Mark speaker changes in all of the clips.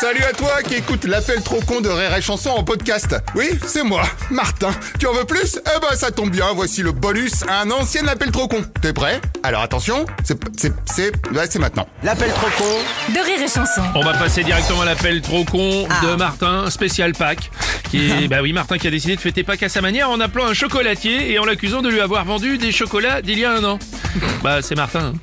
Speaker 1: Salut à toi qui écoute l'appel trop con de Rire et Chanson en podcast. Oui, c'est moi, Martin. Tu en veux plus Eh ben ça tombe bien, voici le bonus à un ancien appel trop con. T'es prêt Alors attention, c'est c'est c'est ouais, c'est maintenant.
Speaker 2: L'appel trop con
Speaker 3: de rire et chanson.
Speaker 4: On va passer directement à l'appel trop con de Martin, spécial Pâques. Qui, bah oui, Martin qui a décidé de fêter Pâques à sa manière en appelant un chocolatier et en l'accusant de lui avoir vendu des chocolats d'il y a un an. Bah c'est Martin.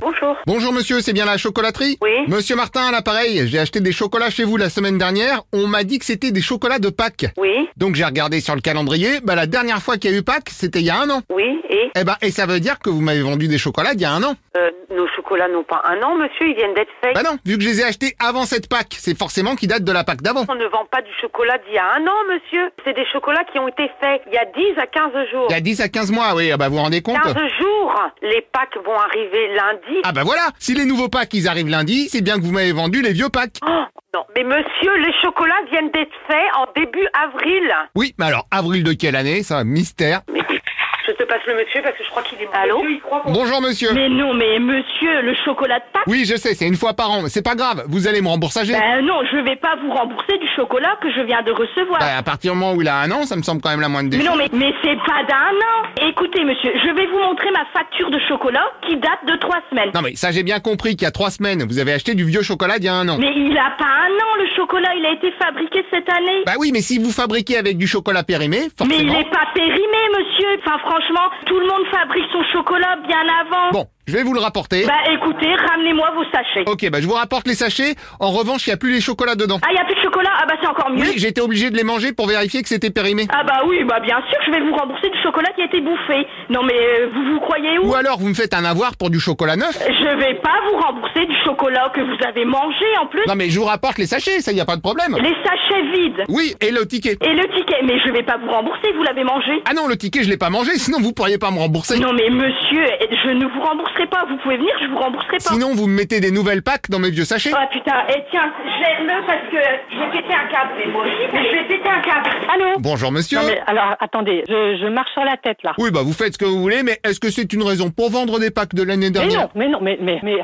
Speaker 5: Bonjour.
Speaker 1: Bonjour monsieur, c'est bien la chocolaterie
Speaker 5: Oui.
Speaker 1: Monsieur Martin à l'appareil, j'ai acheté des chocolats chez vous la semaine dernière, on m'a dit que c'était des chocolats de Pâques.
Speaker 5: Oui,
Speaker 1: Donc j'ai regardé sur le calendrier, bah la dernière fois qu'il y a eu Pâques, c'était il y a un an.
Speaker 5: oui, et
Speaker 1: Eh ben et ça veut dire que vous m'avez vendu des chocolats il y a un an.
Speaker 5: euh, nos chocolats n'ont pas un an, monsieur, ils viennent d'être faits.
Speaker 1: Bah non, vu que je les ai achetés avant cette Pâques, c'est forcément qu'ils datent de la Pâques d'avant.
Speaker 5: On ne vend pas du chocolat d'il y a un an, monsieur. C'est des chocolats qui ont été faits il y a 10 à 15 jours.
Speaker 1: Il y a 10 à 15 mois, oui, ah bah vous vous rendez compte
Speaker 5: 15 jours Les Pâques vont arriver lundi.
Speaker 1: Ah bah voilà, si les nouveaux packs ils arrivent lundi, c'est bien que vous m'avez vendu les vieux packs.
Speaker 5: Oh, non, mais monsieur, les chocolats viennent d'être faits en début avril.
Speaker 1: Oui, mais alors avril de quelle année Ça, mystère.
Speaker 5: Je te passe le monsieur parce que je crois qu'il est... Allô
Speaker 1: Bonjour monsieur.
Speaker 6: Mais non, mais monsieur, le chocolat de Pâques
Speaker 1: Oui, je sais, c'est une fois par an, mais c'est pas grave, vous allez me remboursager.
Speaker 6: Ben non, je vais pas vous rembourser du chocolat que je viens de recevoir.
Speaker 1: Bah, à partir du moment où il a un an, ça me semble quand même la moindre des
Speaker 6: mais non,
Speaker 1: choses.
Speaker 6: mais, mais c'est pas d'un an Écoutez, monsieur, je vais vous montrer ma facture de chocolat qui date de trois semaines.
Speaker 1: Non mais ça j'ai bien compris qu'il y a trois semaines, vous avez acheté du vieux chocolat il y a un an.
Speaker 6: Mais il a pas un an, le chocolat, il a été fabriqué cette année.
Speaker 1: Bah oui, mais si vous fabriquez avec du chocolat périmé,
Speaker 6: mais il
Speaker 1: forcément...
Speaker 6: est pas périmé, monsieur. Enfin, franchement, tout le monde fabrique son chocolat bien avant.
Speaker 1: Bon, je vais vous le rapporter.
Speaker 6: Bah écoutez, ramenez-moi vos sachets.
Speaker 1: Ok, bah je vous rapporte les sachets, en revanche il y a plus les chocolats dedans.
Speaker 6: Ah, y a plus de chocolat Ah bah c'est encore mieux.
Speaker 1: Oui, j'étais obligé de les manger pour vérifier que c'était périmé.
Speaker 6: Ah bah oui, bah bien sûr, je vais vous rembourser du chocolat qui a été bouffé. Non mais euh, vous vous croyez où
Speaker 1: Ou alors vous me faites un avoir pour du chocolat neuf
Speaker 6: Je vais pas vous rembourser du chocolat que vous avez mangé en plus.
Speaker 1: Non mais je vous rapporte les sachets, ça y a pas de problème.
Speaker 6: Les sachets vides.
Speaker 1: Oui, et le ticket.
Speaker 6: Et le ticket, mais je vais pas vous rembourser, vous l'avez mangé.
Speaker 1: Ah non, le ticket, je l'ai pas mangé, sinon vous pourriez pas me rembourser.
Speaker 6: Non mais monsieur, je ne vous rembourserai pas, vous pouvez venir, je vous rembourserai pas.
Speaker 1: Sinon, vous me mettez des nouvelles packs dans mes vieux sachets.
Speaker 6: Ah putain, et tiens, gère-le parce que je vais péter un câble. Je vais péter un câble.
Speaker 7: Allô
Speaker 1: Bonjour monsieur.
Speaker 7: Ah Non mais alors attendez, je, je marche sur la tête là.
Speaker 1: Oui, bah vous faites ce que vous voulez, mais est-ce que c'est une raison pour vendre des packs de l'année
Speaker 7: Mais non,
Speaker 1: dernière
Speaker 7: mais non, mais mais mais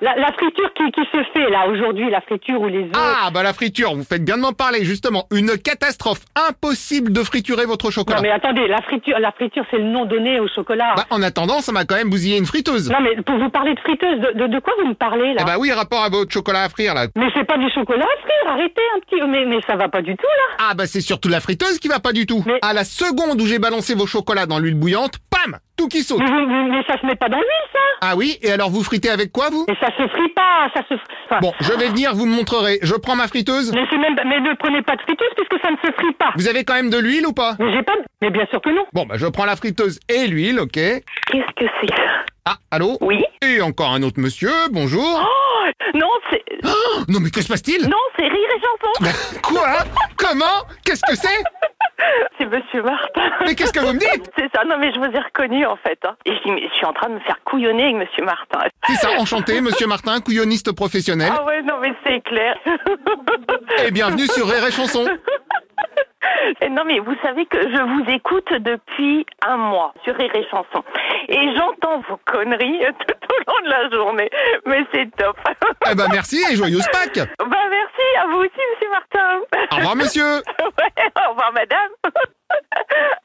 Speaker 7: la, la friture qui, qui se fait là aujourd'hui, la friture ou les œufs.
Speaker 1: Ah, bah la friture, vous faites bien de m'en parler, justement. Une catastrophe. Impossible de friturer votre
Speaker 7: non
Speaker 1: chocolat.
Speaker 7: mais attendez, la friture, la friture c'est le nom donné au chocolat.
Speaker 1: Bah en attendant, ça m'a quand même bousillé une friteuse.
Speaker 7: Non mais pour vous parler de friteuse, de, de, de quoi vous me parlez là
Speaker 1: Eh bah oui, rapport à votre chocolat à frire, là.
Speaker 7: Mais c'est pas du chocolat à frire, arrêtez un petit peu. Mais mais ça va pas du tout là.
Speaker 1: Ah bah c'est surtout la friteuse qui va pas du tout.
Speaker 7: Mais-
Speaker 1: À la seconde où j'ai balancé vos chocolats dans l'huile bouillante, pam Tout qui saute.
Speaker 7: Mais, vous- vous- mais ça se met pas dans l'huile ça.
Speaker 1: Ah oui, et alors vous fritez avec quoi, vous
Speaker 7: Mais ça se frit pas, ça se. enfin,
Speaker 1: Bon, je vais venir, vous me montrerez. Je prends ma friteuse.
Speaker 7: Mais c'est même, mais ne prenez pas de friteuse puisque ça ne se frit pas.
Speaker 1: Vous avez quand même de l'huile ou pas
Speaker 7: Mais j'ai pas. Mais bien sûr que non.
Speaker 1: Bon, bah je prends la friteuse et l'huile, ok.
Speaker 5: Qu'est-ce que c'est
Speaker 1: Ah, allô
Speaker 5: Oui
Speaker 1: Et encore un autre monsieur, bonjour.
Speaker 6: Non, c'est
Speaker 5: Oh
Speaker 1: non mais que se passe-t-il
Speaker 6: non, c'est rire et chanson.
Speaker 1: Bah, Quoi Comment Qu'est-ce que c'est
Speaker 6: C'est monsieur Martin.
Speaker 1: Mais qu'est-ce que vous me dites
Speaker 6: C'est ça, non mais je vous ai reconnu en fait. hein. Et je dis, mais je suis en train de me faire couillonner avec monsieur Martin.
Speaker 1: C'est ça, enchanté, monsieur Martin, couilloniste professionnel.
Speaker 5: Oh.
Speaker 6: Ah ouais, non mais c'est clair.
Speaker 1: Et bienvenue sur Rire et Chanson.
Speaker 6: Et Euh, non mais vous savez que je vous écoute depuis un mois sur Rire et Chanson. Et j'entends vos conneries tout au long de la journée. Mais c'est top.
Speaker 1: Eh ben merci et joyeuse Pâques
Speaker 6: bah merci à vous aussi monsieur Martin.
Speaker 1: Au revoir monsieur
Speaker 6: Ouais, au revoir madame.